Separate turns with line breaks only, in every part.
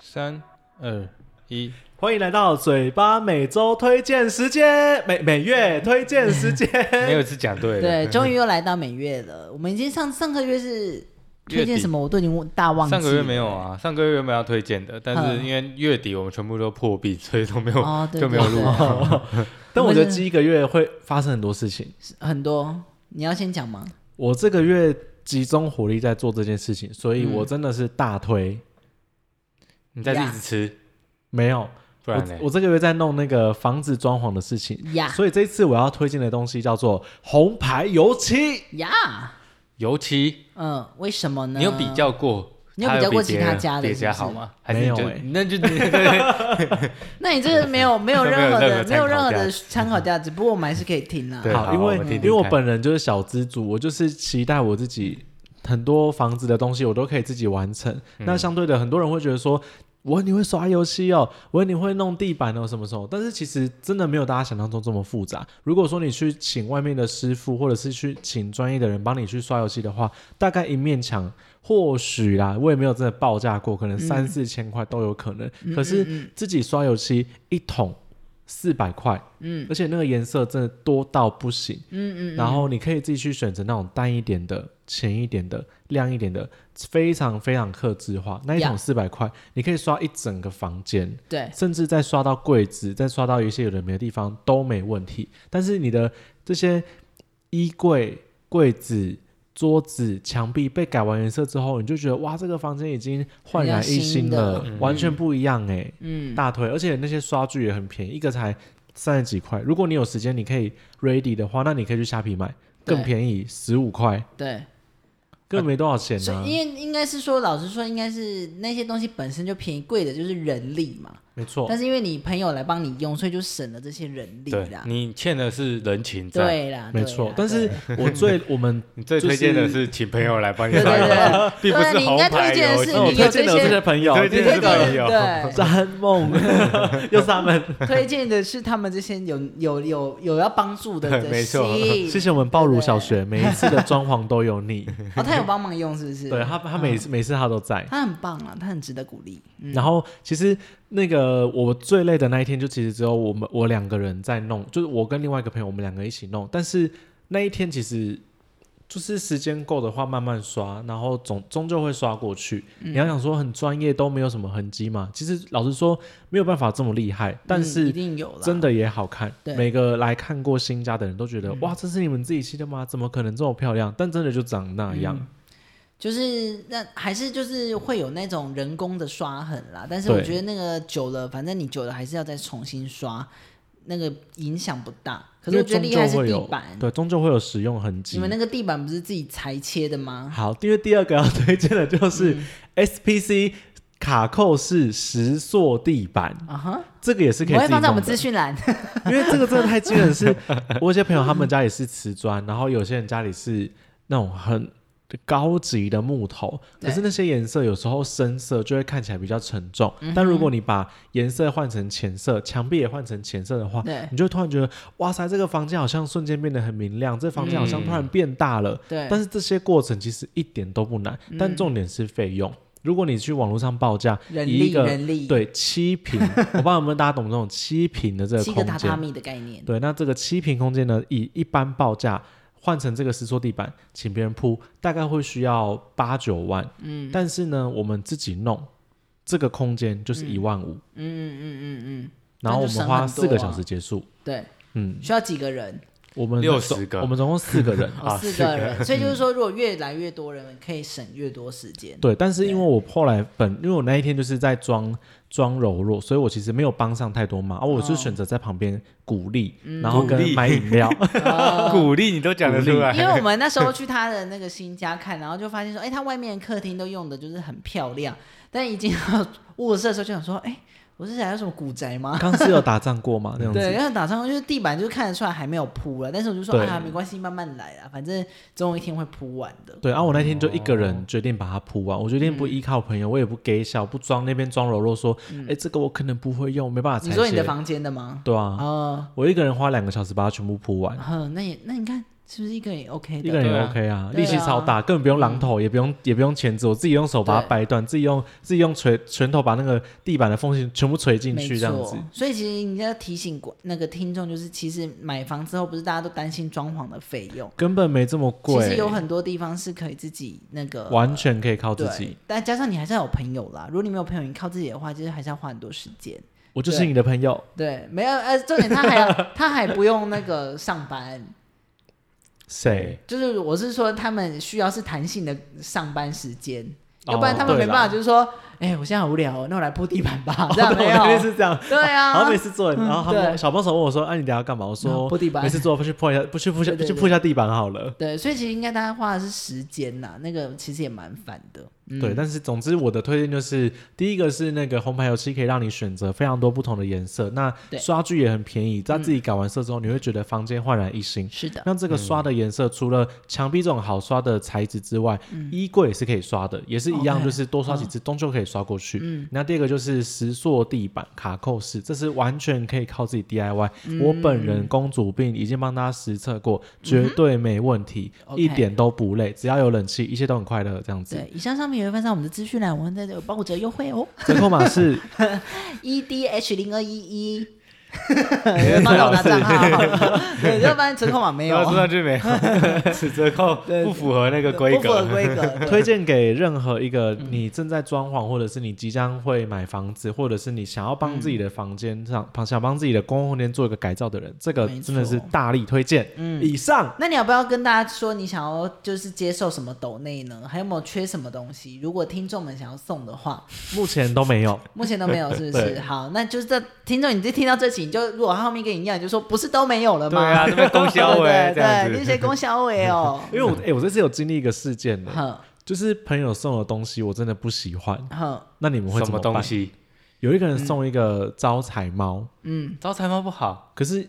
三二一，
欢迎来到嘴巴每周推荐时间，每每月推荐时 间。
没有一次讲对了。
对，终于又来到每月了。我们已经上上个月是推
月
荐
底
什么，我都已经忘大忘记。
上个月没有。啊，上个月原本要推荐的，但是
嗯
因为月底我们全部都破壁，所以都没有、
哦对
就没有录。
但我觉得这一个月会发生很多事情。
很多，你要先讲吗？
我这个月集中火力在做这件事情，所以我真的是大推。
你再一直吃，
没有，
不然呢
我？我这个月在弄那个房子装潢的事情
呀
所以这次我要推荐的东西叫做红牌油漆。
呀，
尤其
嗯，为什么 呢？
你有比？较过，
你有比较过其他
它有比
家的
别家
是不
好
是
吗？还是你
没有
就
欸
那就 对
那你这个没有没有
都没有
任何
任何
的
参
没有任
考
何
价
的参考价值，不过我们还是可以听啦。
对好
因为
我们听听
因为我
看
本人就是小资主，我就是期待我自己很多房子的东西我都可以自己完成。
嗯
那相对的，很多人会觉得说。我你会刷油漆哦，我你会弄地板哦，什么什么？但是其实真的没有大家想象中这么复杂。如果说你去请外面的师傅，或者是去请专业的人帮你去刷油漆的话，大概一面墙或许啦，我也没有真的报价过，可能三四千块都有可能。可是自己刷油漆一桶四百块，嗯，而且那个颜色真的多到不行，嗯嗯然后你可以自己去选择那种淡一点的、浅一点的、亮一点的，非常非常克制化。那一桶
呀
四百块，你可以刷一整个房间，
对，
甚至再刷到柜子，再刷到一些有的没的地方都没问题。但是你的这些衣柜、柜子、桌子、墙壁被改完颜色之后，你就觉得哇，这个房间已经焕然一新了
比，
完全不一样哎、
嗯，
大推，而且那些刷具也很便宜，一个才三十几块。如果你有时间，你可以 ready 的话，那你可以去虾皮买，
对
更便宜，十五块，
对。
根本没多少钱啊
所
呢、
以，因为应该是说，老实说，应该是那些东西本身就便宜，贵的就是人力嘛。
没错
但，是因为你朋友来帮你用，所以就省了这些人力
对
啦，。
你欠的是人情债，
对啦，
没
啊对
错
啦。
但是我最 我们
你最
就
推荐的
是
是请朋友来帮你
对
刷
对对
油漆，并不
对
是
你
红
应该
牌
推荐
油
的
漆
是。
那我
你
推
有
荐
这
的
些
这些朋友，
推荐
对
的是朋友
对，
詹梦又是他们，
推荐的是他们这些有有有有要帮 助的
对没
人
错
心，
谢谢我们暴乳小
对
学，每一次的装潢都有你，
不对。哦，他有帮忙用是不 是？
对他他每次每次他都在。
他很棒啊，他很值得鼓励。嗯，
然后其实那个我最累的那一天，就其实只有我们我两个人在弄，就是我跟另外一个朋友，我们两个一起弄。但是那一天其实就是时间够的话，慢慢刷，然后总终究会刷过去。你要想说很专业都没有什么痕迹嘛，其实老实说没有办法这么厉害，但
嗯一
是。
定有啦，
真的也好看，
对嗯
每个来看过新家的人都觉得、哇，这是你们自己漆的吗？怎么可能这么漂亮？但真的就长那样，
嗯就是那还是就是会有那种人工的刷痕啦，但是我
对
觉得那个久了，反正你久了还是要再重新刷，那个影响不大。可是
因
我
为
觉得
终
厉
究
害是
会
地
有
板，
对，终究会有使用痕迹。
你们那个地板不是自己裁切的吗？嗯
好，因为第二个要推荐的就是 SPC 卡扣式石塑地板，
啊哈，
这个也是可以
我
自
会
己弄
放在我们
的哦
资，讯栏。
因为这个真的太惊人是。 我有些朋友他们家也是瓷砖，然后有些人家里是那种很。高级的木头，可
对
是那些颜色有时候深色就会看起来比较沉重，
嗯
但如果你把颜色换成浅色，墙壁也换成浅色的话，
对
你就会突然觉得哇塞，这个房间好像瞬间变得很明亮，这房间好像突然变大了，
对，嗯
但是这些过程其实一点都不难，但重点是费用。如果你去网络上报价，
人
以一
力
个
人力，，
对七 平，我不知道有没有大家懂这种七平的这个
七个
空
榻榻
间。
米的概念。
对，那这个七平空间呢，以一般报价换成这个石塑地板，请别人铺，大概会需要八九万。嗯，但是呢，我们自己弄这个空间就是一万五、
嗯嗯嗯嗯嗯，
然后我
那就
们
省
花
很多
四个
啊
小时结束。
对，
嗯，
需要几个人？
我们
60
总
个
我们总共四个人。
哦，四个人， 所以就是说，如果越来越多人，可以省越多 时间。
对，但是因为我后来本，因为我那一天就是在装装柔弱，所以我其实没有帮上太多忙，啊而、我
哦
是选择在旁边鼓励，
嗯
然后跟
鼓励
买饮 料。
鼓励你都讲得出来
哦因，为我们那时候去他的那个新家看，然后就发现说，哎、他外面的客厅都用的就是很漂亮，但一进到卧室的时候就想说，哎、我是想要什么古宅吗？
刚是有打仗过嘛？那样
对，
子，
然后打上就是地板就看得出来还没有铺了，但是我就说
对
啊，没关系，慢慢来啦，反正总有一天会铺完的。
对啊，我那天就一个
哦
人决定把它铺完，我决
嗯
定不依靠朋友，我也不给笑，不装那边装柔弱，说，哎，这个我可能不会用，没办法
你
拆
说你的
卸。
房间的吗？
对啊，
哦，
我一个人花两个小时把它全部铺完，
呵，那也那你看是不是一个人也 OK
一
的？
个人
对
也
啊
OK 啊，
对
力
啊嗯
气超大，根本不用榔头，也不用也不用钳子，我自己用手把它
对
掰断，自己用自己用锤拳头把那个地板的缝隙全部锤进
没
去，这样子
错。，所以其实人家提醒过那个听众，就是其实买房之后，不是大家都担心装潢的费用，
根本没这么
其实
贵
有，很多地方是可以自己那个
完全可以靠自
对，
己。
但加上你还是要有朋友啦。如果你没有朋友，你靠自己的话，就是还是要花很多时间。
我就是你的朋友，
对，没有呃，重点他还 要他还不用那个上班，
谁？
就是我是说他们需要是弹性的上班时间，
哦
要不然他们没
对啦
办法，就是说，哎、我现在好无聊、哦，那我来铺地板吧，这样
哦对
没
我那天
有？
是这样，
对啊，
然后每次 做，然后他们
对
小帮手问我说：“啊，你等一下要干嘛？”我
嗯
说
铺地：“板
每次做，不去破一下，不去铺一下，
对对对
去铺一下地板好了。
对，所以其实应该大家花的是时间呐，那个其实也蛮烦的。”嗯、
对，但是总之我的推荐就是，第一个是那个红牌油漆可以让你选择非常多不同的颜色，那
对嗯
刷具也很便宜，在自己改完色之后，你会觉得房间焕然一新。
是的，
那这个
嗯
刷的颜色，除了墙壁这种好刷的材质之外，
嗯
衣柜也是可以刷的，也是一样，
OK，
就是多刷几次，终究可以刷过去。
啊嗯
那第二个就是石塑地板卡扣式，这是完全可以靠自己 DIY。我本
嗯
人公主病已经帮大家实测过，绝对没问题，
OK
一点都不累，只要有冷气，一切都很快乐。这样子，
对，以上商品也会放上我们的资讯栏，我们在这有八五折优惠哦
折扣码是
，E D H 零二一一。帮我拿账号好了，对，要不然折扣码没有
然后，说上去没 有，此折扣
对
不符合那个规
不符合
格。
规格。对
推荐给任何一个
嗯
你正在装潢，或者是你即将会买房子，或者是你想要帮自己的房间上，想帮自己的公共空间做一个改造的人，这个
嗯没错
真的是大力推荐。
嗯
以上
那你要不要跟大家说你想要就是接受什么抖内呢？还有没有缺什么东西？如果听众们想要送的话，
目前都 没有，
目前都没有，是不
对
是？好，那就是这听众，你就听到这期，你就如果他后面跟你一样，你就说不是都没有了
对
吗？
啊，这边供 销哎，
对
这样
对，那
子。
些公销委 哦，
因为我哎、我这次有经历一个事件呢，
哼
就是朋友送的东西我真的不喜欢，
哼，
那你们会
什
怎
么
么
东
办？
西？
有一个人送一个招财猫，
嗯
招财猫不好，
可是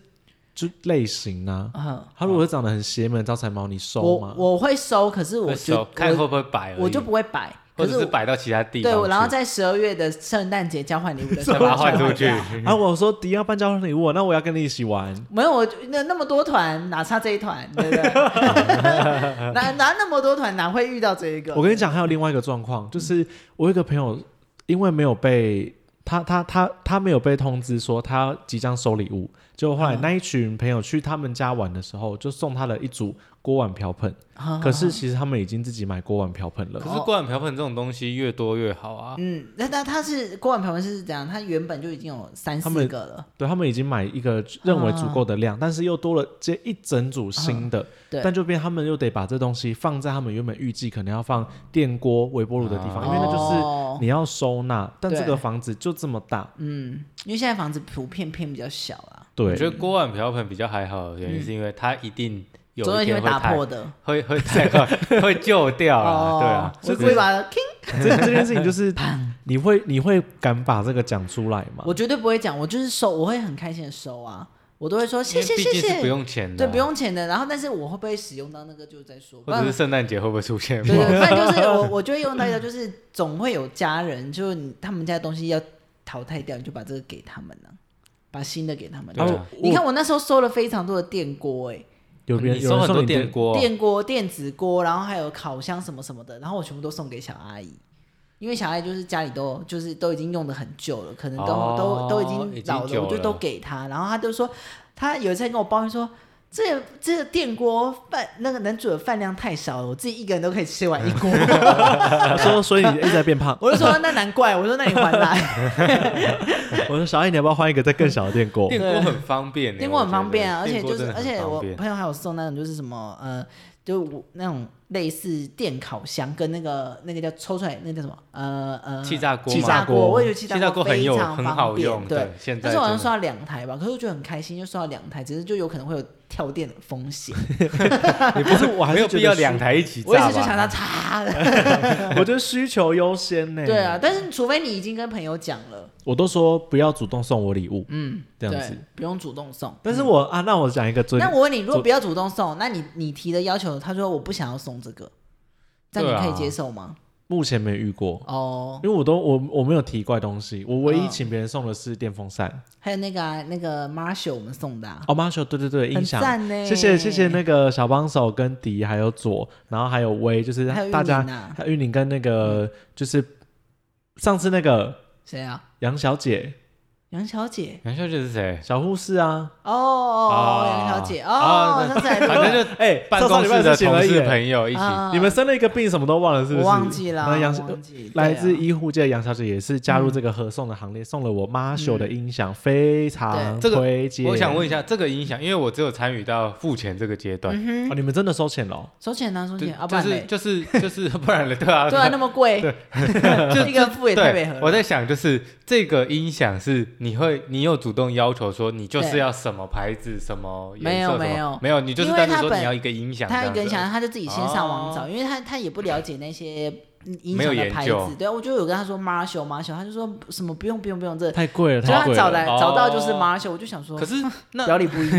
就类型呢、啊，
哼，
他如果是长得很邪门的招财猫，你收
我
吗？
我会收，可是我
会
就
收看会
我
不会摆而已，
我就不会摆，
或
可
者
是
是
我
摆到其他地方
对，
去。
我然后在十二月的圣诞节交换礼物的时
再
候
把它换出去
掉。。
啊，我说迪要搬交换礼物，那我要跟你一起玩。
没有，我那那么多团，哪差这一团，对不对？ 哪哪那么多团，哪会遇到这一个？
我跟你讲，还有另外一个状
嗯
况，就是我有一个朋友，因为没有被他他他他没有被通知说他即将收礼物，就
嗯
后来那一群朋友去他们家玩的时候，就送他了一组锅碗瓢盆。
啊，
可是其实他们已经自己买锅碗瓢盆了。
可是
哦
锅碗瓢盆这种东西越多越好啊。
嗯，那那他是锅碗瓢盆是怎样？他原本就已经有三
他
四
们
个了，
对他们已经买一个认为足够的量，但是又多了这一整组新的，
嗯对
但就变他们又得把这东西放在他们原本预计可能要放电锅、微波炉的地方，
啊
因为那就是
哦
你要收纳，但这
对
个房子就这么大，
嗯，因为现在房子普遍偏比较小啦，
我
对
觉，得锅碗瓢盆比较还好，原因是因为它一定
总有
有
一
一
天
天
会打
太
破的。哦
会 会太快会旧掉啊，对啊。
我故意把它 king，
这这件事情就是 你会你会敢把这个讲出来吗？啊
我绝对不会讲，我就是收，我会很开心的收啊，我都会说
因
谢
为
谢
毕
谢
竟是不
谢，
用钱的、啊
对，不，用钱的。然后，但是我会不会使用到那个，就是再说，不
或
然
者是圣诞节会不会出现？
对对，反正就是我，我就会用到一个，就是总会有家人，就是你他们家的东西要淘汰掉，你就把这个给他们呢、把新的给他们。
对啊
然后
你看
我
我那时候收了非常多的电锅、欸，
有别人
你
有
收很
人送
多
你
电锅，
电锅、电子锅，然后还有烤箱什么什么的，然后我全部都送给小阿姨。因为小阿姨就是家里都就是都已经用的很久了，可能都、
哦
都都已
已经
经老
久
我就
了
都给她。然后她就说，她有一次还跟我抱怨说，这这个电锅饭那个能煮的饭量太少了，我自己一个人都可以吃完一锅。。
他 说，所以你一直在变胖
我就说那难怪，我说那你还来，
我说小爱，你要不要换一个再更小的电锅？
电锅很方便欸、
电锅很方便啊，而
我觉
且
得
就是
电锅
而
真的
且
很
我
方便
朋友还有送那种就是什么呃，就我那种类似电烤箱跟那个那个叫抽出来那个叫什么呃呃
气炸锅
气
气
嘛
炸
炸
锅
锅，我也觉得气
气炸锅
锅
很
非
有
常
很
方
好
便
用
对
对，现在
但是我好
真
像
的
刷到两台吧，可是我觉得很开心，就刷到两台，只是就有可能会有跳电的 风险。
你不是我还
没
是
有
觉
必
得
要
需
两台一起
我也
炸
是就想
吧？
到 它，
我觉得需求优先呢。
对啊，，但是除非你已经跟朋友讲了，
我都说不要主动送我礼物
嗯，
这样子
对，，不用主动送。
但是我啊，那我讲一个最
那我问你，如果
昨
不要主动送，那你你提的要求，他说我不想要送这个，这样
对
你可以
啊
接受吗？
目前没遇过，
哦，
因为我都我我没有提怪东西，我唯一
嗯
请别人送的是电风扇。
还有那个啊、那个 Marshall 我们送的、啊，
哦，Marshall，对对对，音
很
响。
赞呢，
谢谢谢谢那个小帮手跟迪还有左，然后还有威，就是
还有
大家
玉宁啊
还有玉宁跟那个就是上次那个
谁啊？
杨小姐
杨小姐，
杨秀就是谁？
小护士啊，
哦哦哦，
啊
杨小姐，
啊
哦，上次来
反正
录，
就
哎，
办
上上
公
礼拜
室的
事情
同
而已
事
耶
朋友一起，
啊
你们生了一个病，什么都忘了，是不
我
是？
忘记了，
然
呃
后杨
我忘记对啊
来自医护界的杨小姐也是加入这个合送的行列，送了我 Marshall 的音响，非常
对
这个
推荐。
我想问一下这个影响，因为我只有参与到付钱这个阶段，
嗯哼，
哦，你们真的收钱了哦？
收钱啊，收
对
钱啊，不
就
然
是
嘞，
就是就是 不然了，对啊，
对啊， 那么贵，
就
一个付也
对，
太美合了
我在想，就是这个音响是你会，你有主动要求说你就是
对
要什么牌子、什么颜色
没有
什么
没有
没有，你就是
因为
单纯
他
说
本
你要一个音响这
他
样子而
一
已，
个人想，他就自己先上网找，
哦
因为他他也不了解那些音
没有
响的
研
牌
究
子。对啊，我就有跟他说 Marshall Marshall，他就说什么不用不用不用，这
太贵了，
就
太
他
贵
找
了。
来
哦
找到就是 Marshall，我就想说
可 是那
表里不一，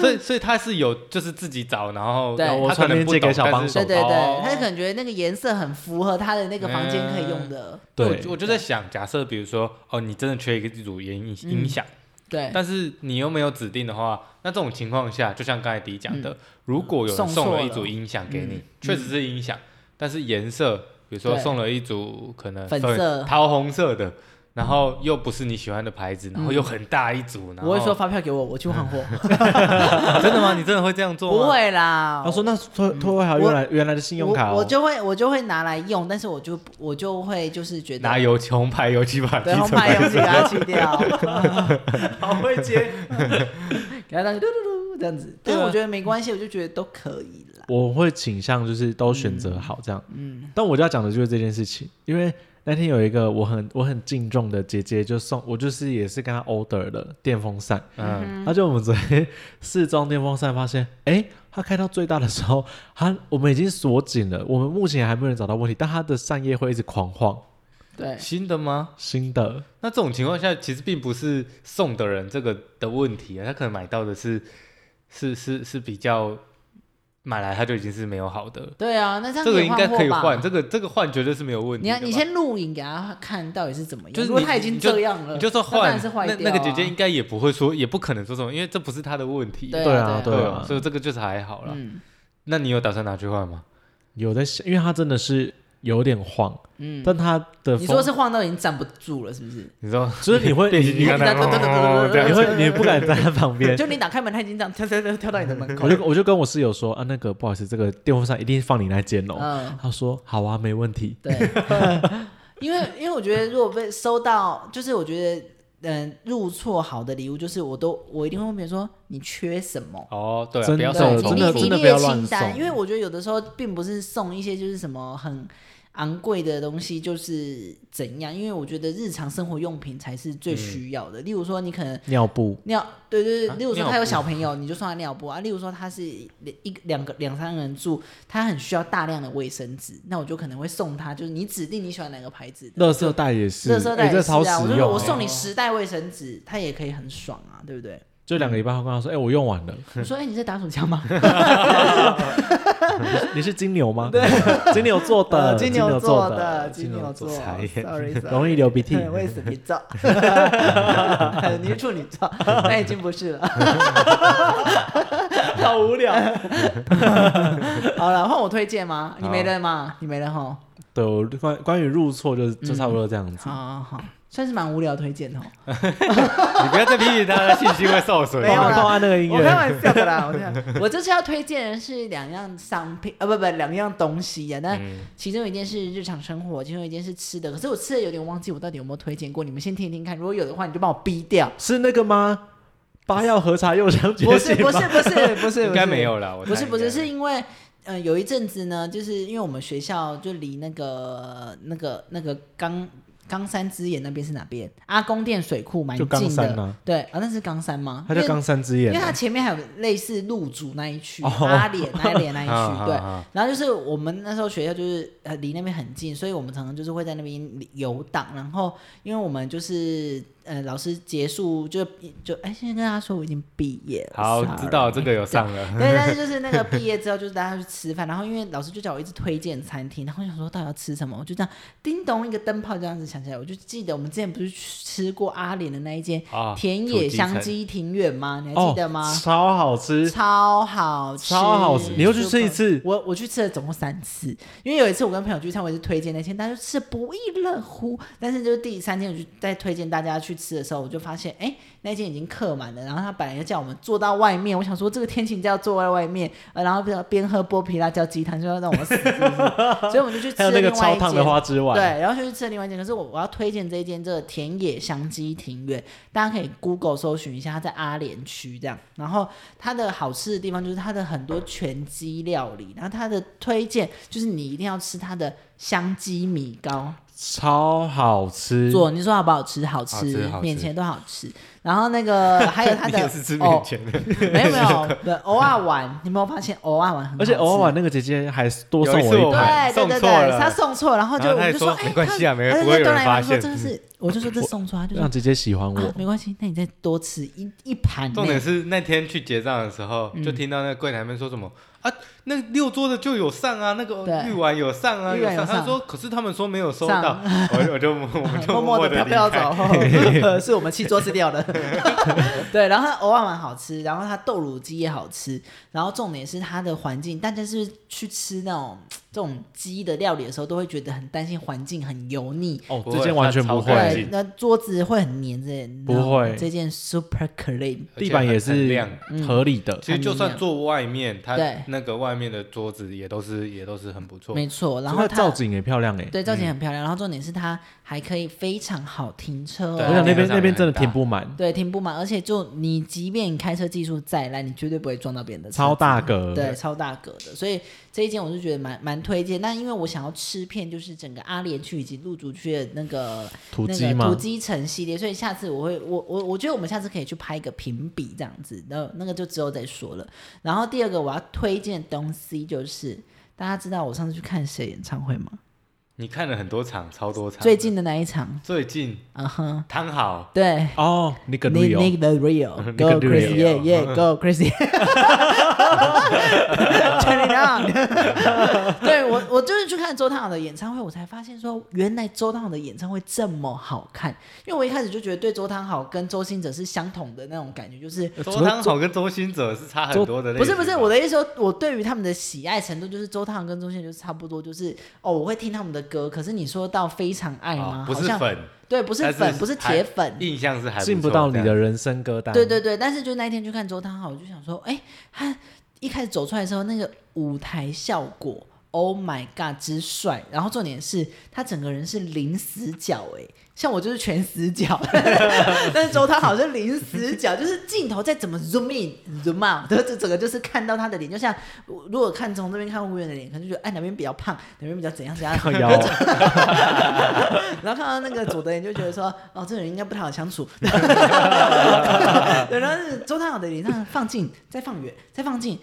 所以所以他是有就是自己找，然后
对
他
我
可
传
能
链
不
接给
懂
小帮
但是
手
对对对
哦，
他可能觉得那个颜色很符合他的那个房间可以用的，
我
对
就，我就在想，假设比如说哦，你真的缺一个一组音
嗯
音响，
对，
但是你又没有指定的话，那这种情况下，就像刚才迪讲的，如果有
嗯送
人
错
送了
了
一组音响给你
嗯，
确、实是音响，但是颜色，比如说
对
送了一组可能
粉色
桃红色的，然后又不是你喜欢的牌子，然后又很大一组，然后
我会说发票给我，我去换货，
真的吗？你真的会这样做吗？
不，会啦，
他说那退退回好原来原来的信用卡哦，
我我就会我就会拿来用，但是我就我就会就是觉得
拿油漆红牌油漆把机
对红牌用
车
纸给它去掉，
好会接。
给它当嘟嘟嘟这样子，但是我觉得没关系，我就觉得都可以啦。
我会倾向就是都选择好这样。嗯，但我就要讲的就是这件事情，因为那天有一个我很我很敬重的姐姐，就送我就是也是跟她 order 了电风扇，
嗯，
她就我们昨天试装电风扇，发现哎。诶它开到最大的时候，它我们已经锁紧了，我们目前还没有人找到问题，但它的扇叶会一直狂晃。
对，
新的吗？
新的
那这种情况下，其实并不是送的人这个的问题啊，他可能买到的是是是是比较买来他就已经是没有好的了。
对啊，那这样
这个
子
应该可以换，
换货吧。
这个这个换绝对是没有问题
你
的
要
吧。
你先录影给他看到底是怎么样。
就是
如果
你
他已经
你就
这样了，
呃你就算
那当
换
然是坏掉啊。
那那个姐姐应该也不会说，也不可能说什么，因为这不是她的问题。
对
啊
啊
对
对
所以这个就是还好啦。
嗯
那你有打算拿去换吗？
有在想，因为它真的是有点晃，
嗯，
但它的
你
风
说是晃到已经站不住了，是不是？
你说
就是你会
变形金刚在
你你
哦这
你
样，
会你不敢站在旁边，
就你打开门，他已经这样跳跳跳跳到你的门口
我。就我就跟我室友说啊，那个不好意思，这个电风扇一定放你那间哦。
嗯，
他说好啊，没问题。
对，因为因为我觉得如果被收到，就是我觉得。嗯，入错好的礼物就是我都我一定会问别人说你缺什么，
哦，对啊，
真
不要
的
送
对，
错
真
你
的
你
真的
列
不要乱
清单，
送
因为我觉得有的时候并不是送一些就是什么很昂贵的东西就是怎样，因为我觉得日常生活用品才是
嗯
最需要的。例如说，你可能
尿布
尿，对对对，
啊
例如说
尿
他有
布
小朋友，你就送他尿布啊。例如说他是一一两个两三个人住，他很需要大量的卫生纸，那我就可能会送他，就是你指定你喜欢哪个牌子的。
垃圾袋也是，
热色袋
欸
也
这
是
超
啊，我
实
就说
用
我
欸。
送你十袋卫生纸，他也可以很爽啊，对不对？
就两个礼拜后跟他说，哎，我用 完了。
我说，哎，你在打手 枪吗？
你是金牛吗？ 金牛座的，
呃金
牛
牛
座
的，
金
金牛座
座
，sorry，
的
sorry，
容易流鼻 涕。
对我也是比 较，你是处女座，那已经不是 了，好无聊。 好了，换我推荐吗？你没人吗？你没人吼，
对，我关关于入错就是
嗯
就差不多这样子
好。好好， 算是蛮无聊的推荐哦。
你不要再批评他，他信心会受损。
没有啊啦
放安那个音
我开
乐，
玩笑的啦，我这样 我这次要推荐的是两样商品，啊，不不，两样东西呀、那
嗯
其中一件是日常生活，其中一件是吃的。可是我吃的有点忘记我到底有没有推荐过，你们先听一听看。如果有的话，你就帮我逼掉。
是那个吗？八药和茶又相结
不是
晶
不是
吗
不是不是，
应该没有啦，我
不是
猜
不是，
应该
是因为呃有一阵子呢，就是因为我们学校就离那个那个那个冈冈山之眼那边是哪边？阿公店水库蛮
就冈
近
山
的，
呢，
对啊，那是冈山吗？
它叫
因为
冈山之
因
眼
为它
啊。
前面还有类似鹿竹那一区、
哦
阿脸、阿 脸那一
啊啊
区，对。
啊
然后就是我们那时候学校就是呃离那边很近，所以我们常常就是会在那边游荡。然后因为我们就是呃老师结束就就哎，现在跟大家说我已经毕业了，
好，
sorry
知道 这个有上了，
对，但是就是那个毕业之后，就是大家去吃饭，然后因为老师就叫我一直推荐餐厅，然后我想说到底要吃什么，我就这样叮咚一个灯泡这样子想起来，我就记得我们之前不是去吃过阿莲的那一间
啊
田
土
野
鸡
香
城
鸡庭院吗？你还
哦
记得吗？
超好吃，
超好吃，
超好吃！你又去吃一次，
我我去吃了总共三次，因为有一次我跟朋友聚餐，我也是推荐那天，大家就吃得不亦乐乎。但是就是第三天，我就在推荐大家去吃的时候，我就发现，哎、那天已经客满了。然后他本来要叫我们坐到外面，我想说这个天气你就要坐在外面，呃、然后边边喝剥皮辣椒鸡汤，就要让我死是不 是所以我们就去吃
还有
了
那
另
个
外
超
一
烫的
间。
花枝丸，
对，然后就去吃了另外一间。可是我我要推荐这一间，这个田野香鸡庭院，大家可以 Google 搜寻一下，它在阿联区这样。然后它的好吃的地方就是它的很多全鸡料理，然后它的推荐就是你一定要吃它的香鸡米糕。
超好吃。
做你说好不好吃？
嗯
好
好吃
吃
好，吃
面前都好吃。然后那个还有 它
你也
的
是吃
哦
面，前的，
没有 没有，对，偶尔碗，你有没有发现偶尔碗很好吃？
而且偶尔晚那个姐姐还多送
有一次
我
我
一盘，
对
送
对对
错
对，
了
他送错，然后就
然后
我
他也
们就
说
哎，
没关系啊
他
没
他
不会有
对
人
东南亚
发现
说这个是，我就说这送错，他就说
让姐姐喜欢
啊
我。
没关系，那你再多吃一一盘呢。
重点是那天去结账的时候，
嗯
就听到那个柜台们说什么啊，那六桌的就有上啊，那个
对
玉碗有上啊，
玉碗有
上。他
上
说，可是他们说没有收
上
到， 我我 就我们就
嗯默
默
默
的
的
离
飘飘
开。
走，哦 是我们七桌吃掉的。 对，然后它偶尔蛮好吃，然后它豆乳鸡也好吃，然后重点是它的环境，大家是不是去吃那种这种鸡的料理的时候，都会觉得很担心环境很油腻，
哦，
不会
这件完全不
它超干
会
净，
对，那桌子会很黏着。
不会
这件 super clean。
而且
地板也
很
是
亮。
合理
嗯
的。
其实就算坐外面，它
对
那个外面的桌子也都是也都是很不错。
没错，然
然
后
后
它
造景也漂亮哎，
对造景很漂亮，然后重点是它还可以非常好停车、哦
对
我想
它
那边
停车场
那边
也
真
很
的
大
停不满，
对停不满，而且就你即便你开车技术再烂，你绝对不会撞到别人的车
超
子
大格。
对，超大格的，所以这一间我是觉得蛮蛮推荐。那因为我想要吃遍就是整个阿联区以及陆竹区的那个
土
那
鸡
个土
嘛，
鸡城系列，所以下次我会我我我觉得我们下次可以去拍一个评比这样子，那那个就之后再说了。然后第二个我要推荐的东西就是。大家知道我上次去看谁演唱会吗？
你看了很多场，超多场。
最近的那一场，
最近
嗯哼，
汤好，
对，
哦，那个
Nick
Rio，
Nick the real
the
go crazy yeah
real. 哦
yeah go crazy turn it on 对我我就是去看周汤豪的演唱会，我才发现说原来周汤豪的演唱会这么好看，因为我一开始就觉得对周汤豪跟周星哲是相同的那种感觉，就是。
呃
周汤好跟周星哲是差很多的类
不
型
是
吧。
不是，我的意思说，我对于他们的喜爱程度，就是周汤豪跟周星哲就是差不多，就是哦，我会听他们的歌，可是你说到非常爱
哦
吗？
不
好
是
像
粉，
对，不是
但是
粉，不是铁
还
粉，
印象是还
进
不
不
错
到你
这
的
样
人生歌单。
对对对，但是就那一天去看周汤豪，我就想说，哎、他一开始走出来的时候，那个舞台效果，Oh my God 之帅！然后重点是他整个人是零死角、哎，像我就是全死角， 但是周汤豪是零死角，就是镜头再怎么 zoom in zoom out，这这整个就是看到他的脸，就像我如果看从这边看吴远的脸，可能就觉得哎哪边比较胖，哪边比较怎样怎样，
靠腰，
然后看到那个左的人就觉得说，哦，这个人应该不太好相处。 对，然后是周汤豪的脸上放近，再放远，再放近，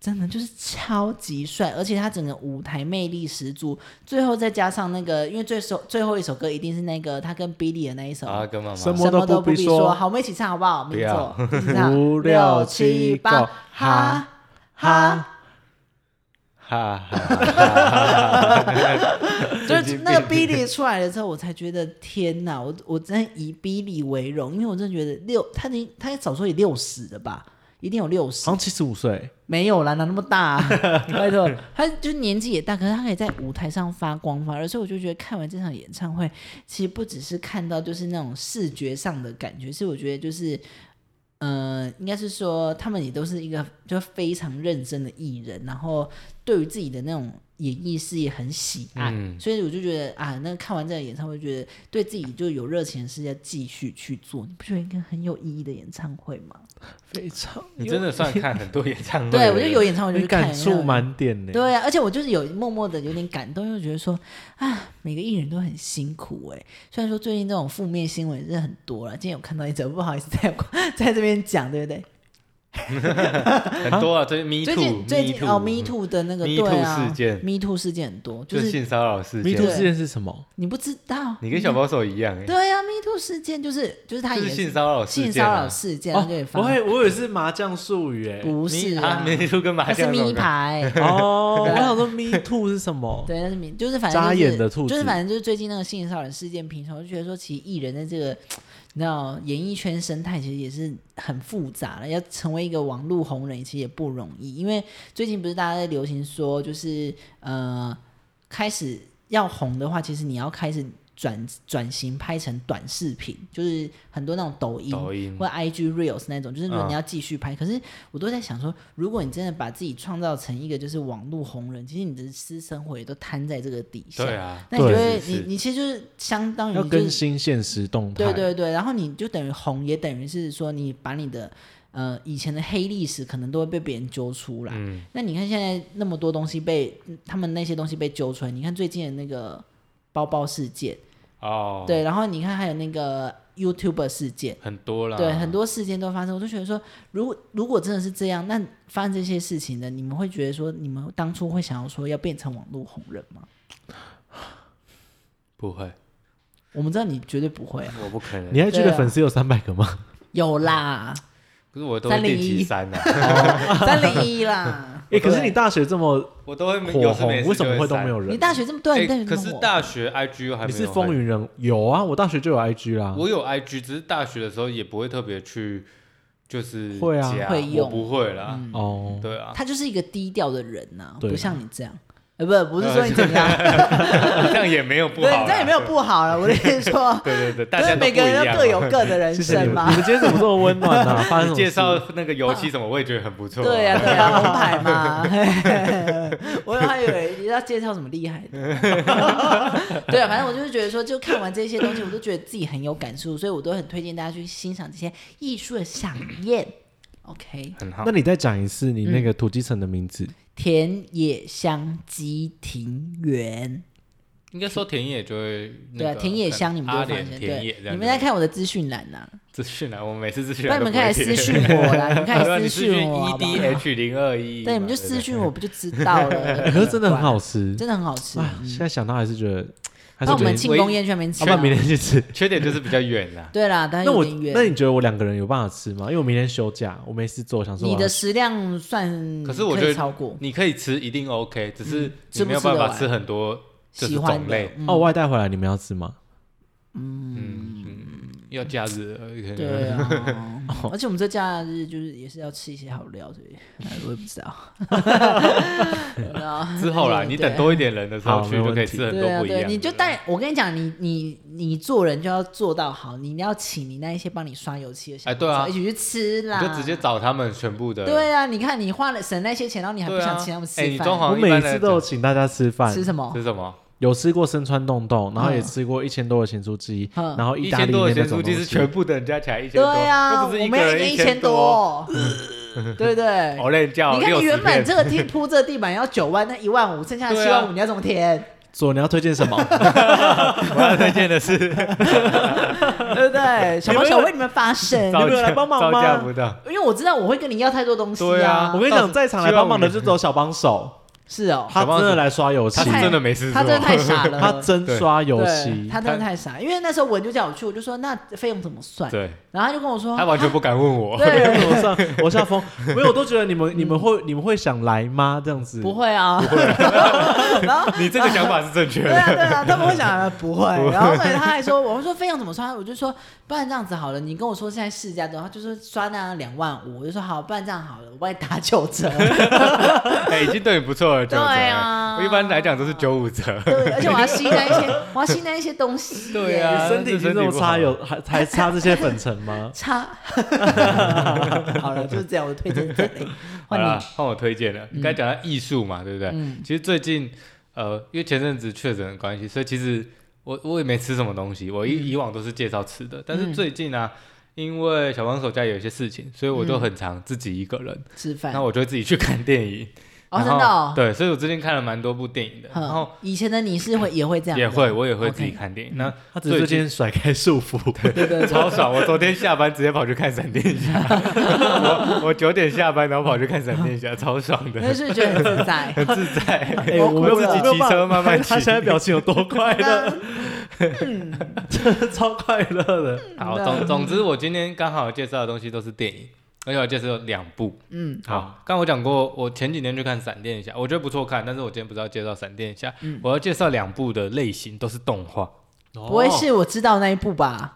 真的就是超级帅，而且他整个舞台魅力十足。最后再加上那个，因为最首最后一首歌一定是那个他跟 Billy 的那一首。
啊，跟妈妈
什么
什么
都
都
不
不
必
必
说
说，好，我们一起唱好不好？
不
没
要
错，一起 唱
五六七
八
够，哈
哈，
哈哈。
就是那个 Billy 出来了之后，我才觉得天哪，我我真的以 Billy 为荣，因为我真的觉得六，他已经他早说也六十了吧，一定有六十
好，像七十五岁，
没有啦，哪那么大、啊？ 拜托，他就年纪也大，可是他可以在舞台上发光发热，所以我就觉得看完这场演唱会，其实不只是看到就是那种视觉上的感觉，是我觉得就是。呃，应该是说他们也都是一个就非常认真的艺人，然后对于自己的那种演艺事业很喜爱，
嗯
所以我就觉得啊，那看完这个演唱会，觉得对自己就有热情的事要继续去做。你不觉得一个很有意义的演唱会吗？
非常
你真的算看很多演唱会，
对，我就有。演唱会我就
你
去看
感触满点呢。
对啊，而且我就是有默默的有点感动，因为我觉得说啊，每个艺人都很辛苦哎、虽然说最近这种负面新闻也是很多了，今天有看到一则，不好意思在 在这边讲，对不对？
很多啊，最近 Me
最
Too，
近最近哦
Too，
，Me
嗯
Too 的那个
Me
对
Too
啊
事件
，Me Too 事件很多，
就
就是是
性骚扰事
Me
件
Too
对。
事件是什么？
你不知道，
你跟小保守一样哎，
对啊，Me Too 事件就是就是他
就
也
是性骚扰事
性
件
骚
啊
扰事件，
哦
然后就也，
我
发
会，我以为是麻将术语哎。
不
你
是
啊，Me Too 跟麻
那是
将有关
咪牌。
哦，我想说 Me Too 是什么？
对，但是你就是反正、就
扎
是、
眼的兔
就是
子
反正就是最近那个性骚扰事件频传，我就觉得说，其实艺人在这个你知道演艺圈生态其实也是很复杂的，要成为一个网络红人其实也不容易，因为最近不是大家在流行说，就是呃，开始要红的话，其实你要开始转转型拍成短视频，就是很多那种抖音。啊
抖音
或 IG Reels 那种，就是如果
嗯
你要继续拍，可是我都在想说，如果你真的把自己创造成一个就是网络红人，其实你的私生活也都摊在这个底下，
对啊，
那你就
对
会
是
你
是
你其实就是相当于
要
你就是
更新现实动态。
对对对，然后你就等于红，也等于是说你把你的呃以前的黑历史可能都会被别人揪出来。
嗯，
那你看现在那么多东西被他们那些东西被揪出来，你看最近的那个包包事件，
哦，，
对，然后你看还有那个 YouTuber 事件。
很多啦，
对，很多事件都发生，我就觉得说，如果如果真的是这样，那发生这些事情的，你们会觉得说，你们当初会想要说要变成网络红人吗？
不会，
我们知道你绝对不会、啊，
我不可能
你，还记得
对啊
粉丝有三百个吗？。
有 啦，
可是我都会练习三呐，
三零一啦
诶，可是你大学这么
我都会有
火
时没
红，
事
为什么
就
会都
删
没有？人？
你大学这么对，
哎
你大学这
可
么
是
火
大学 IG 还没有很
你是风云人有啊？我大学就有 IG 啦。
我有 IG，只是大学的时候也不会特别去，就是
会啊
加
会
我
用嗯
不会啦，
哦，
对啊，
他就是一个低调的人呐、
对
不像你这样。呃，不，不是说你怎么样，
这样也没有 不
对，
好，，
你这样也没有，不好了。我的意思是说
对对对， 大
就是
家
每个人
都
都
不
各
一样
有
嘛
各 的人
谢谢你
生
们，
嘛
你。们今天怎么这么温暖啊？发生什么事
介绍那个游戏什么，我也觉得很不错、
对呀、对呀、啊，红牌嘛。 我还以为你要介绍什么厉害的。对啊，反正我就是觉得说，就看完这些东西，我都觉得自己很有感触，所以我都很推荐大家去欣赏这些艺术的飨宴。OK，
很好
那。你再讲一次你那个土鸡城的名字。
田野香鸡庭园，
应该说田野就会、那
对啊，
个
田野香你们就
阿
会发
莲
现，
田野
对
这，样子
你们在看我的资讯栏呐，
资讯啊，我们每次资讯
不
栏
然你
都
们
不会
可以
贴
私讯我 啦，你们可
对
以
你
私
私
讯我好
E
不好
D H 零二一，
对，你们就私讯我，不就知道了？
可是真的很，好吃，
真的很好吃。
哎，现在想到还是觉得，还
那
是
我
决
们
定
庆功宴去那边吃
要
啊，。
不然明天去吃。
缺点就是比较远啊啦
对啦，但是
那
有
我
点远。
那你觉得我两个人有办法吃吗？因为我明天休假，我没事做，想说啊
你
我
的
要
食量算，
可是我觉得
超过
你可以吃，一定 OK，只是你
吃不
没有
嗯吃得
办法
完
吃很多，就是
喜欢
种
的
类。，
嗯
哦，外带回来，你们要吃吗？
嗯，要假日了，可能
对啊。
哦
而且我们这假日就是也是要吃一些好料，所以 哎我也不知道。 然后
之后啦，
对啊
你等多一点人的时候
好
去
没
就
问
可以
题
吃很
对
多
啊，
不一
对，
样。
你就带我跟你讲，你你你做人就要做到好，你要请你那一些帮你刷油漆的小
哎
帮
对啊
手一起去吃啦，
你就直接。找他们全部的。
对啊，你看你花了省那些钱，然后你还不
对啊
想请他们吃
哎你
饭，
装潢
我
一般
每
来
次都有请大家吃饭，
吃什么？
是什么？
有吃过深川洞洞，然后也
嗯
吃过一千多的咸酥鸡，
嗯
然后
一
哦意大
千
利
多的
面那
咸
种
酥
东
鸡
西
是 全部的人加起来一千
对
多，
啊，
又
我
不是
们
一个
要
人
一
千
千
多，
多， 对不对？
哦，那叫
你看，
六
你
十
原本
片。
这个地铺这个地板要九万，那一万五，剩下的
对啊
七万五你要怎么填？
左，你要推荐什么？
我要推荐的 是
对不 对？小毛小为你们发声，
招
有人来
架
帮忙
招架
吗
不到，
因为我知道我会跟你要太多东西
对啊
我跟你
到
讲，
时
在场来帮忙的就只 有小帮手，
是哦，
他真的来刷油漆
他，是
太
真的没事
他
做
真的太傻 了，
他真刷油
对
漆，
他真的太傻。因为那时候文就叫我去，我就说那费用怎么 算？
对，
然后他就跟我说，
他完全不敢问我。
对，
我上我下风，没有，我都觉得你们你们会你们会想来吗？这样子
不，会啊， 然后。
你这个想法是正确
对
的，
啊，对啊，他们会想呃不会，然后所以他还说，我们说费用怎么算，我就说不然这样子好了，你跟我说现在市价多少，他就说 刷那两万五，我就说好，不然这样好了，我帮你打九折，
哎，已经对你不错二九
对
折，哎
啊
我一般来讲都是九五折。
对，而且我要吸那一些，我要吸那一些东西耶。？
对啊
你身体已经这么差，有还还差这些粉尘吗
差。 好了，就是这样，我的推荐这里。
好
换
啦
你，，
换我推荐了。你刚才讲到艺术嘛，对不对？
嗯
其实最近呃，因为前阵子确诊的关系，所以其实我我也没吃什么东西，我以、以往都是介绍吃的，但是
嗯
最近啊。因为小帮手家有一些事情，所以我
嗯
都很常自己一个人，
吃饭
那、。我就会自己去看电影。
哦，
然
真
后
的哦。
对，所以我最近看了蛮多部电影的，
嗯
然后
以前的你是会也会这样的，啊
也会我也会自己
OK 嗯
看电影。那
他只是最近甩开束缚，
对对对，
超爽！我昨天下班直接跑去看闪电 侠，我我九点下班，然后跑去看闪电侠，超爽
那
的，
是觉得很自 在。
很自在。
哎
我
没有
自己
办法
骑车慢慢骑
他现在表情有多快乐，
嗯
超快乐的。
好，总总之，我今天刚好介绍的东西都是电影，而且我介绍了两部。
嗯，
好，刚我讲过，我前几天去看闪电侠，我觉得不错看，但是我今天不是要介绍闪电侠，
嗯
我要介绍两部的类型都是动画。
不
不会
哦
是我知道那一部吧？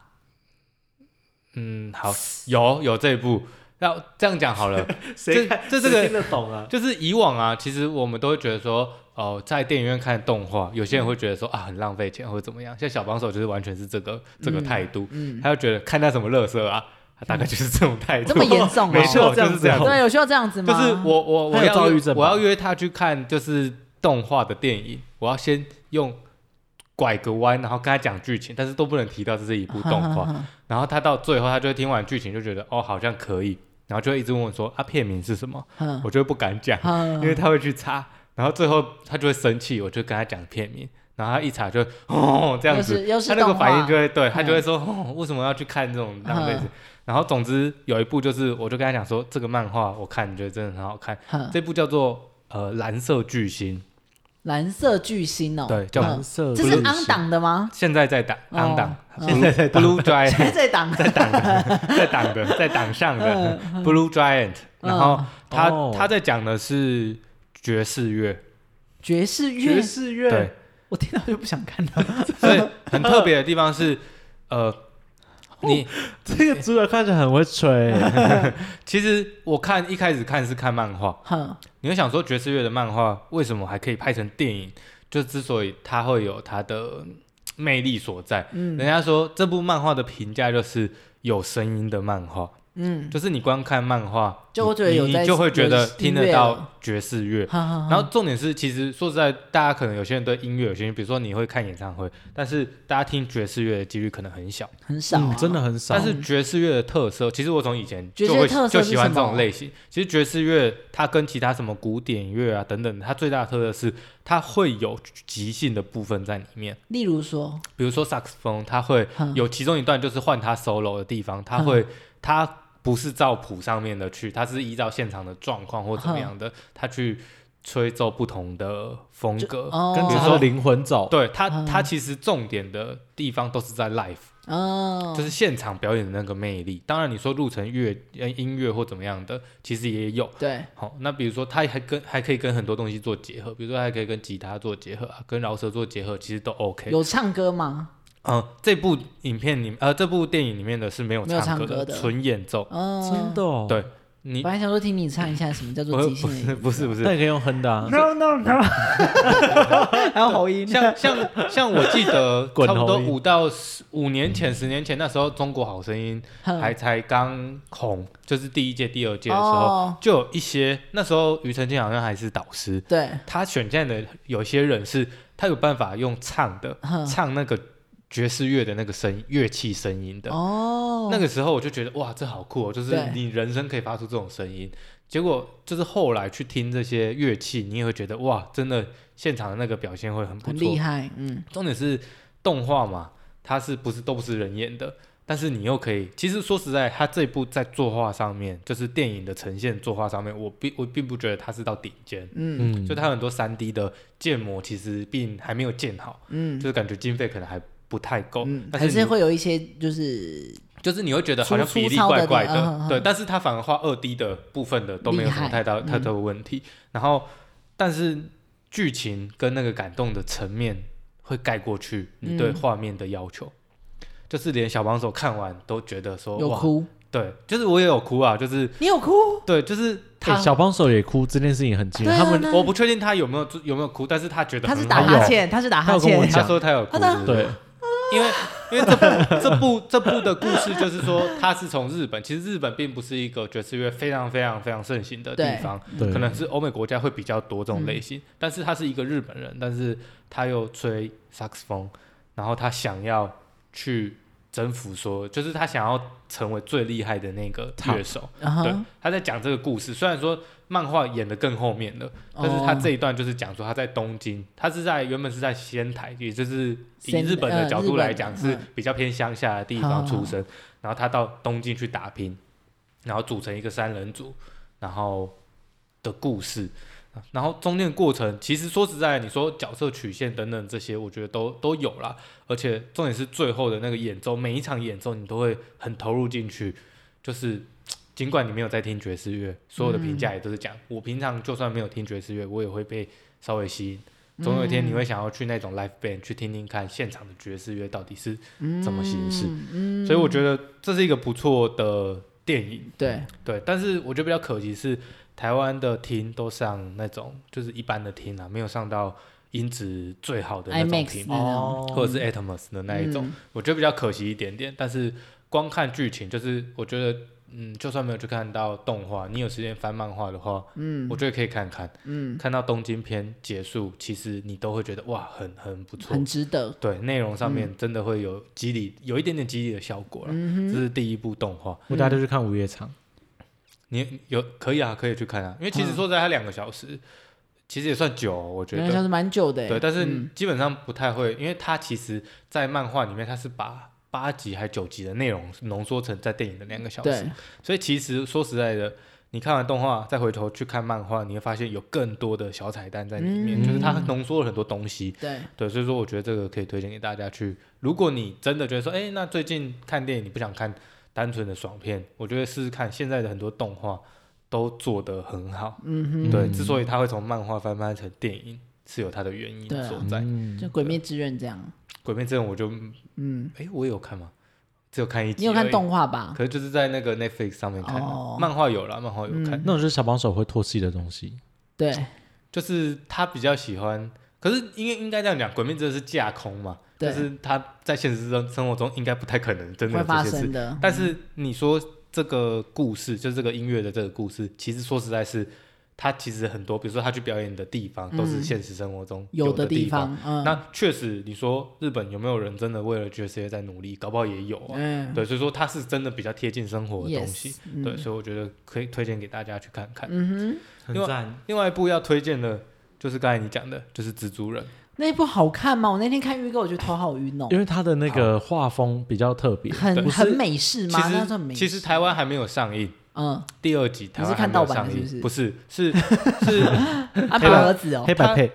嗯， 好，有有这一部。那这样讲好了，
谁看
这这这个
谁听得懂啊？
就是以往啊，其实我们都会觉得说，哦，在电影院看动画，有些人会觉得说啊，很浪费钱或者怎么样。像小帮手就是完全是这个这个态度，
嗯，
他就觉得看那什么乐色啊，他大概就是这种态度。
这么严重哦
没错，就是这样子。
对，啊有需要这样 子
就
吗？
是我我我
他有
要
躁
约
郁症吧
我要约他去看就是动画的电影，我要先用拐个弯，然后跟他讲剧情，但是都不能提到这是一部动 画。
画，
然后他到最后，他就会听完剧情就觉得哦，好像可以，然后就会一直问我说啊，片名是什么？
嗯，
我就会不敢讲，因为他会去查，然后最后他就会生气，我就跟他讲片名，然后他一查就哦这样
又
子，
是又是
他那个
动画
反应就会对
嗯
他就会说、哦为什么要去看这种浪费时间？然后总之有一部就是我就跟他讲说这个漫画我看觉得真的很好看，
嗯
这部叫做呃蓝色巨星，
蓝色巨星哦，
对，叫、
蓝色
这是昂档的吗？
现在在档
哦
档档
嗯
现在在 Blue
还
Giant
在啊档，
哎在档的在档的在档上
嗯
的 Blue Giant，然后他
哦
他在讲的是爵士乐。
爵士
爵
乐，
士
对
乐，，
我听到就不想看了。
所以很特别的地方是，呃，你
这个主角看起来很会吹，
啊
其实我看一开始看是看漫画，
哼，
你会想说爵士乐的漫画为什么还可以拍成电影？就之所以它会有它的嗯魅力所在，人
嗯
家说这部漫画的评价就是有声音的漫画，
嗯，
就是你光看漫画，
就会觉得
你
有
你
在
就会觉
有
得
音
听
乐
得到
了啊
爵士乐。
然
然后重点是，其实说实在，大家可能有些人对音乐有兴趣，比如说你会看演唱会，但是大家听爵士乐的几率可能很小。
很少啊
嗯，真的很少
但。是爵士乐的特色，其实我从以前
爵士
就
乐
会
特色
就是喜欢
什
这
么
种类型。其实爵士乐它跟其他什么古典乐啊等等，它最大的特色是它会有即兴的部分在里面。
例如说，
比如说萨克斯风，它会
哼
有其中一段就是换它 solo 的地方，它
哼
会它不是照谱上面的去，它是依照现场的状况或怎么样的，它去吹奏不同的风
就
格。
哦，
跟着他的灵魂走，
对它，它
嗯
其实重点的地方都是在 live。
哦，
就是现场表演的那个魅力。当然，你说录成乐呃音乐或怎么样的，其实也有。
对，
好、那比如说它还跟还可以跟很多东西做结合，比如说它还可以跟吉他做结合啊，跟饶舌做结合，其实都 OK。
有唱歌吗？
嗯，这部影片里呃这部电影里面的是没有
没有
唱歌
唱歌的
纯演奏。
哦，
真的。哦。
对你
我还想说听你唱一下什么叫做
不
即
是不
兴的
是
音
不是不
那
是，
你可以用哼的啊，
，no no no，还有喉音，
像像像我记得
滚
差不多
红衣
五到十五年前十年前那时候，《中国好声音》
哼
还才刚红，就是第一届第二届的时候，
哦，
就有一些那时候庾澄庆好像还是导师，
对，
他选进来的有些人是他有办法用唱的
哼
唱那个爵士乐的那个声乐器声音的。
哦，
那个时候我就觉得哇，这好酷哦！就是
对
你人声可以发出这种声音。结果就是后来去听这些乐器，你也会觉得哇，真的现场的那个表现会很不
很
错
厉。害，嗯，
重点是动画嘛，它是不是都不是人演的？但是你又可以，其实说实在，它这一部在作画上面，就是电影的呈现作画上面，我并我并不觉得它是到顶尖，
嗯
嗯
就它很多三 D 的建模其实并还没有建好，
嗯
就是感觉经费可能还不太够，
嗯，
但
还
是
是
你
会有一些就是
就是你会觉得好像
粗
比例
粗糙
怪
的
怪
那嗯嗯嗯
对，但是它反而画二 D 的部分的都没有什么
厉害
太大
嗯
太多的问题，然后但是剧情跟那个感动的层面会盖过去你对
嗯
画面的要求，就是连小帮手看完都觉得说
有
哦哇，
哭，
对，就是我也有哭啊，就是
你有哭？
对，就是他、
小帮手也哭，这件事情很惊人。他们
对啊
我不确定他有没有有没有哭，但是他觉得
他是
很
打
好
哈欠，他是打哈
他有跟我
欠，
他说他有哭，
他
是不是
对，
因为因为这部这部这部的故事就是说，他是从日本，其实日本并不是一个爵士乐非常非常非常盛行的地
对
方，
对嗯
可能是欧美国家会比较多这种类型，但是他是一个日本人，但是他又吹萨克斯风，然后他想要去征服说，就是他想要成为最厉害的那个乐手。
嗯
对
哼，，
他在讲这个故事，虽然说漫画演的更后面了，但是
哦
他这一段就是讲说他在东京，他是在原本是在仙台，也就是以
仙
日本的
呃
角
日
度
本
来讲
嗯
是比较偏乡下的地
好
方
好
出生，然后他到东京去打拼，然后组成一个三人组，然后的故事。然后中间的过程，其实说实在，你说角色曲线等等这些，我觉得都都有啦。而且重点是最后的那个演奏，每一场演奏你都会很投入进去。就是尽管你没有在听爵士乐，所有的评
嗯
价也都是讲，我平常就算没有听爵士乐，我也会被稍微吸
嗯
引。总有一天你会想要去那种 live band 去听听看现场的爵士乐到底是怎么形式。
嗯
所以我觉得这是一个不错的电影。
对，
对，但是我觉得比较可惜是台湾的厅都上那种就是一般的厅啊，没有上到音质最好的那种
IMAX
厅，
那种嗯
或者是 Atmos 的那一种，我觉得比较可惜一点点。但是光看剧情，就是我觉得。嗯，就算没有去看到动画，你有时间翻漫画的话，嗯，我觉得可以看看，嗯，看到东京篇结束，其实你都会觉得哇，很很不错，
很值得。
对，内容上面真的会有激励，有一点点激励的效果了。这是第一部动画，
我大家就去看午夜场，
你有可以啊，可以去看啊，因为其实说实在它两个小时，其实也算久哦、我觉
原来像
得。
是蛮久的欸，
对，但是
嗯
基本上不太会，因为它其实，在漫画里面，它是把八集还九集的内容浓缩成在电影的两个小时，
对，
所以其实说实在的，你看完动画再回头去看漫画，你会发现有更多的小彩蛋在里面，
嗯
就是它浓缩了很多东西。
对，
对，所以说我觉得这个可以推荐给大家去。如果你真的觉得说，哎，那最近看电影你不想看单纯的爽片，我觉得试试看现在的很多动画都做得很好。
嗯
对，
嗯
之所以它会从漫画翻拍成电影，是有它的原因
对啊
所在。
嗯
哼，就《鬼灭之刃》这样，
鬼灭之刃我就，
嗯，
哎，我有看吗？只有看一集，
你有看？动画吧？
可是就是在那个 Netflix 上面看的，
哦嗯
漫画有啦，漫画有看。
那种就是小帮手会唾弃的东西。
对，
就是他比较喜欢，可是应该应该这样讲，《鬼灭之刃》是架空嘛，
对
就是他在现实生生活中应该不太可能真的
会
有
发
这些
生
事。
的，
但是你说这个故事，就是这个音乐的这个故事，其实说实在是，他其实很多，比如说他去表演的地方，都是
嗯
现实生活中
有
的
的地
方。
方，嗯，
那确实，你说日本有没有人真的为了爵士乐在努力？搞不好也有啊。
嗯，
对，所以说它是真的比较贴近生活的东
Yes，
西。
嗯
对，所以我觉得可以推荐给大家去看看。
嗯
很
赞，
另外一部要推荐的，就是刚才你讲的，就是《蜘蛛人》。
哼，那一部好看吗？我那天看预告，我觉得头好晕哦，
因为他的那个画风比较特别，
很
不
很
是
美式
其
吗？那算
实
美
其
式
实台湾还没有上映
嗯，
第二集，台湾
你是
还
看
没有
盗版
上
的
映，
是
不
不
是是 是黑
阿白
白
儿 子哦，
黑白配。，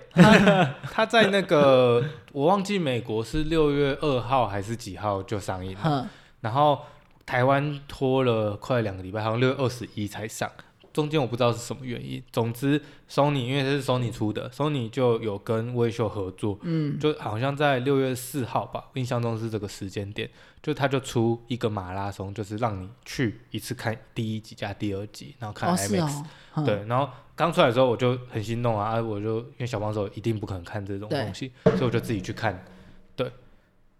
他在那个我忘记美国是六月二号还是几号就上映了，
哼，
然后台湾拖了快两个礼拜，好像六月二十一才上。中间我不知道是什么原因，总之，Sony 因为这是 Sony 出的，Sony 就有跟微秀合作，
嗯，
就好像在六月四号吧，印象中是这个时间点，就他就出一个马拉松，就是让你去一次看第一集加第二集，然后看
哦是
IMAX，、
哦，哼，
对，然后刚出来的时候我就很心动啊，啊我就因为小帮手一定不可能看这种
对
东西，所以我就自己去看，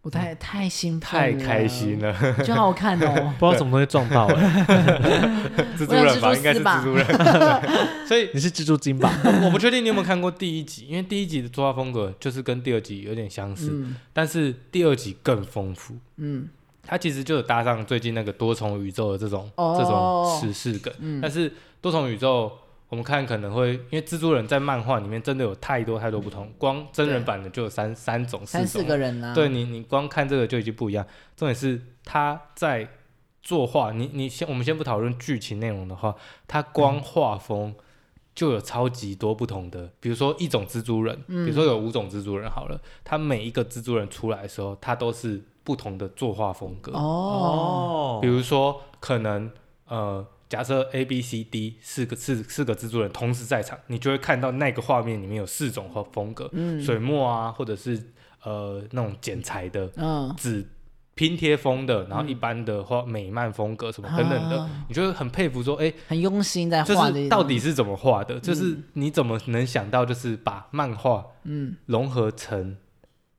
我太太兴奋，
嗯太开心，了，
就好看 哦
不知道什么东西撞到哎、
蜘蛛人吧，
我想蜘蛛丝吧
应该是蜘蛛人， 所以
你是蜘蛛精吧？
我不确定你有没有看过第一集，因为第一集的作画风格就是跟第二集有点相似，
嗯
但是第二集更丰富，
嗯，
它其实就有搭上最近那个多重宇宙的这种、
哦
这种时事梗，但是多重宇宙我们看可能会因为蜘蛛人在漫画里面真的有太多太多不同，光真人版的就有三三种
三四
种，
个人啦，啊
对你你光看这个就已经不一样。重点是他在作画，你你先我们先不讨论剧情内容的话，他光画风。就有超级多不同的，比如说一种蜘蛛人，比如说有五种蜘蛛人好了，他每一个蜘蛛人出来的时候，他都是不同的作画风格。
哦，
比如说，可能呃，假设 A、B、C、D 四个四四个蜘蛛人同时在场，你就会看到那个画面里面有四种风风格，水墨啊，或者是呃那种剪裁的
嗯
纸拼贴风的，然后一般的画美漫风格什么等等的，
啊
你就会很佩服说，哎、
很用心在
就
画这
是
些
到
东西，
底是怎么画的？就是你怎么能想到，就是把漫画
嗯
融合成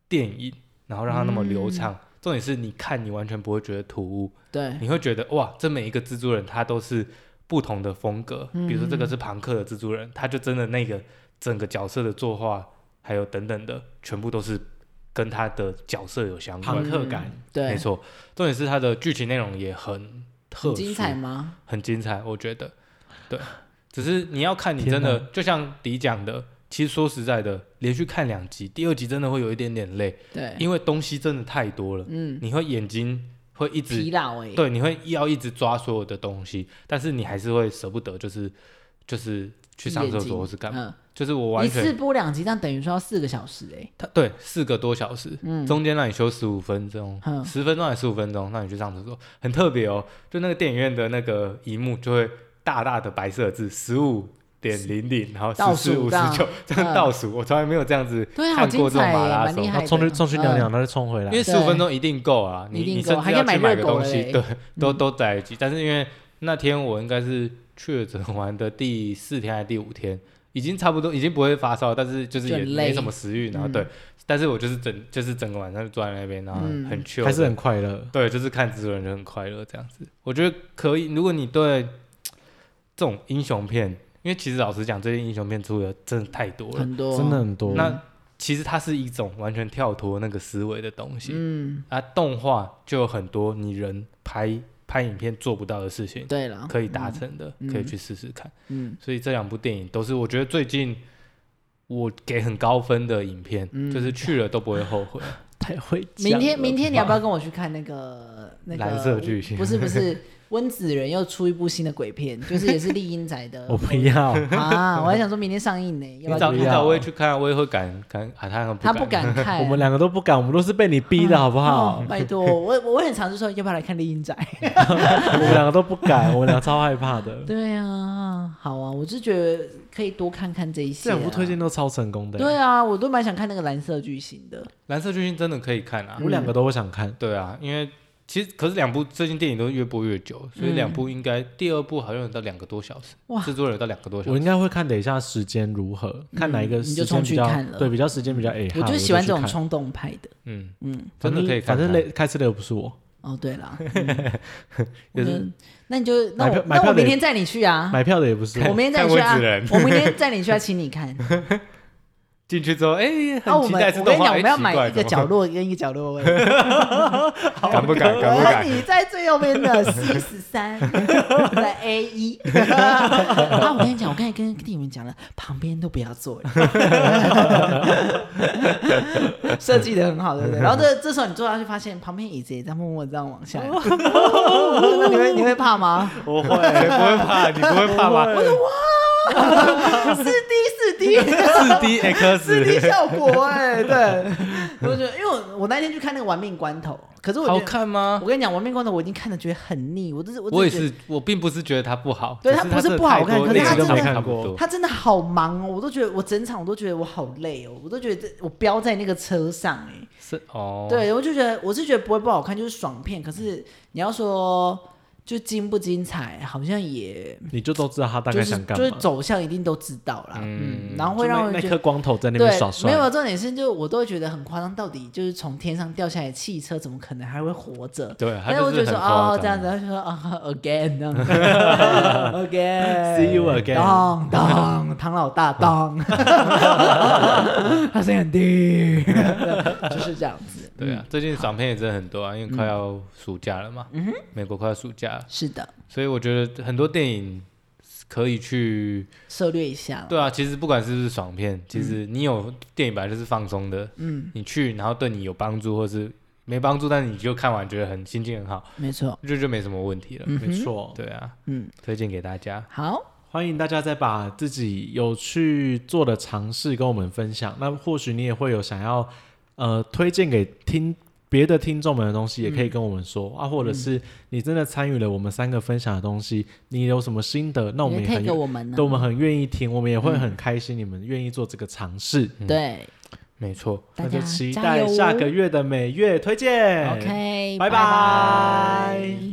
电影，然后让它那么流畅？
嗯
重点是你看，你完全不会觉得突兀，
对，
你会觉得哇，这每一个蜘蛛人他都是不同的风格。
嗯
比如说这个是庞克的蜘蛛人，他就真的那个整个角色的作画，还有等等的，全部都是跟他的角色有相关
朋。克感
嗯
没
对，
错，重点是他的剧情内容也很特
很
殊，
精彩吗？
很精彩，我觉得。对，只是你要看你真的，就像迪讲的，其实说实在的，连续看两集，第二集真的会有一点点累，
对，
因为东西真的太多了，
嗯，
你会眼睛会一
疲
直
劳哎，
对，你会要一直抓所有的东西，但是你还是会舍不得，就是就是去上厕
眼睛
所或是干嘛，
嗯
就是我完
一次
全
播两集，但等于说要四个小时哎，
他对四个多小时，
嗯，
中间让你休十五分钟，
嗯
十分钟还是十五分钟，让你去上厕所，很特别哦。就那个电影院的那个荧幕就会大大的白色的字，十五点零零，然后
倒
十四、
数
五
这样
十九这样
嗯
倒数，我从来没有这样子
对啊，好
看
精
过这种
彩
马
哎，
拉
蛮
松
厉，
然
害
后
的，
冲去冲去
嗯
尿尿，然后再冲回来
因。为十五分钟一定够啊，你
一定
你
够
甚至
还可以
要
买
去买
热
个
狗
东
了嘞嗯
西，对，都都来得及。但是因为那天我应该是确诊完的第四天还是第五天，已经差不多已经不会发烧，但是就是
就
也
很累
没什么食欲，然后
嗯
对，但是我就是整就是整个晚上就坐在那边，然后
嗯
很 chill，
还是
的
很快乐，
对，就是看蜘蛛人就很快乐这样子。我觉得可以，如果你对这种英雄片，因为其实老实讲，最近英雄片出的真的太多了。
很多，
真的，很多。
那其实它是一种完全跳脱那个思维的东西、
嗯，
啊。动画就有很多你人拍拍影片做不到的事情，
对了，
可以达成的，
嗯
可以去试试看。
嗯，
所以这两部电影都是我觉得最近我给很高分的影片，
嗯
就是去了都不会后 悔。
太会讲了
明天明天你要不要
吧？
跟我去看那个那个
蓝色巨星
不是不是，温子仁又出一部新的鬼片，就是也是丽英仔 的，
我不要，
啊，我还想说明天上映呢，
你
要不
找
要
你
去看？
找我也去看，我也会敢敢啊，他
他不敢看，
我们两个都不敢，我们都是被你逼的好不好
哦？拜托，我我很常就说要不要来看丽英仔？
我们两个都不 敢，我们俩超害怕的。
对啊，好啊，我就觉得可以多看看这一些、
这
啊。
两部推荐都超成功的，
对啊，我都蛮想看那个蓝色巨星的。
蓝色巨星真的可以看啊，
我两个都会想
嗯
看。
对啊，因为其实可是两部最近电影都越播越久，所以两部应该、第二部好像有到两个多小时，
嗯哇
制作人有到两个多小
我
时，
应该会看等一下时间如何，看哪一个
嗯你
时
就
间
冲去
比较
看了
对，比较时间比较哎 A。
我就喜欢这种冲动派的。
嗯，
嗯，
真的可以看看
反正累开车的又不是我，
哦对了，嗯 我
就是
们那你就那
买
我
票买
那我
票的
明天载你去啊，
买票的也不是
我
我。
明天载你去啊
看温子，
我明天载你去啊，请你 看。
进去之后哎、
啊，
很
我
期
们
待
我
是
跟
动
你
画，
讲，我
哎
们要
奇
买
怪
一个
怎么
角落跟一个角落位，我
敢不敢敢不
要
敢？
哎你在最右边的 四十三，在 A 一。 啊，我跟你讲，我刚才跟店员讲了，旁边都不要坐 了。设计的很好，对 不对？然后这这时候你坐下去，发现旁边椅子也在默默地这样往 下，那你会你会怕吗？
我会，不会怕，你不会怕吗？
四 D 四 D。
四 D 哎
四 D
X
效果哎、 对，我觉得，因为我我那天去看那个《玩命关头》，可是我觉
好
得
看吗？
我跟你讲，《玩命关头》我已经看的觉得很腻，我就是我
我也
真的觉
是，我并不是觉得它不好，
对
只
它不是
真的
不好
太
看
多
可是
类
它
型
真的
差不
得
多。
他真的好忙哦，我都觉得我整场我都觉得我好累哦，我都觉得这我飙在那个车上哎、
是哦，，
对我就觉得我是觉得不会不好看，就是爽片，可是你要说就精不精彩，好像也。
你就都知道他大
就
概
是
想干
就是
嘛。
走向一定都知道啦，嗯，然后会
就
让
那
人
那
觉得
颗光头在那
对，
边耍帅，
没有，重点是就我都会觉得很夸张，到底就是从天上掉下来的汽车，怎么可能还会活着？
对它
但是我
就是
觉得说
很夸
哦
张
这样子，他就说啊 again 这样子 again
See you again
当当唐老 大当，他声音很低，就是这样子。
对啊，最近爽片也真的很多啊，因为
嗯
快要暑假了嘛，美国快要暑假了，
是的，
所以我觉得很多电影可以去，
涉略一下了。
对啊，其实不管是不是爽片，其实你有电影本来就是放松的，
嗯，
你去然后对你有帮助，或是没帮助，但你就看完觉得很心情很好，
没错，
这就没什么问题了。
没错。
对啊，
嗯，
推荐给大家。
好，
欢迎大家再把自己有去做的尝试跟我们分享。那或许你也会有想要呃推荐给听别的听众们的东西，也可以跟我们说、啊，或者是你真的参与了我们三个分享的东西，你有什么心得？那我们也
配
很
给我们呢啊
对，我们很愿意听，我们也会很开心你们愿意做这个尝试。
对，
没错，
大
那
家
就期
加
待
油哦
下个月的每月推荐。
OK，
拜
拜
拜。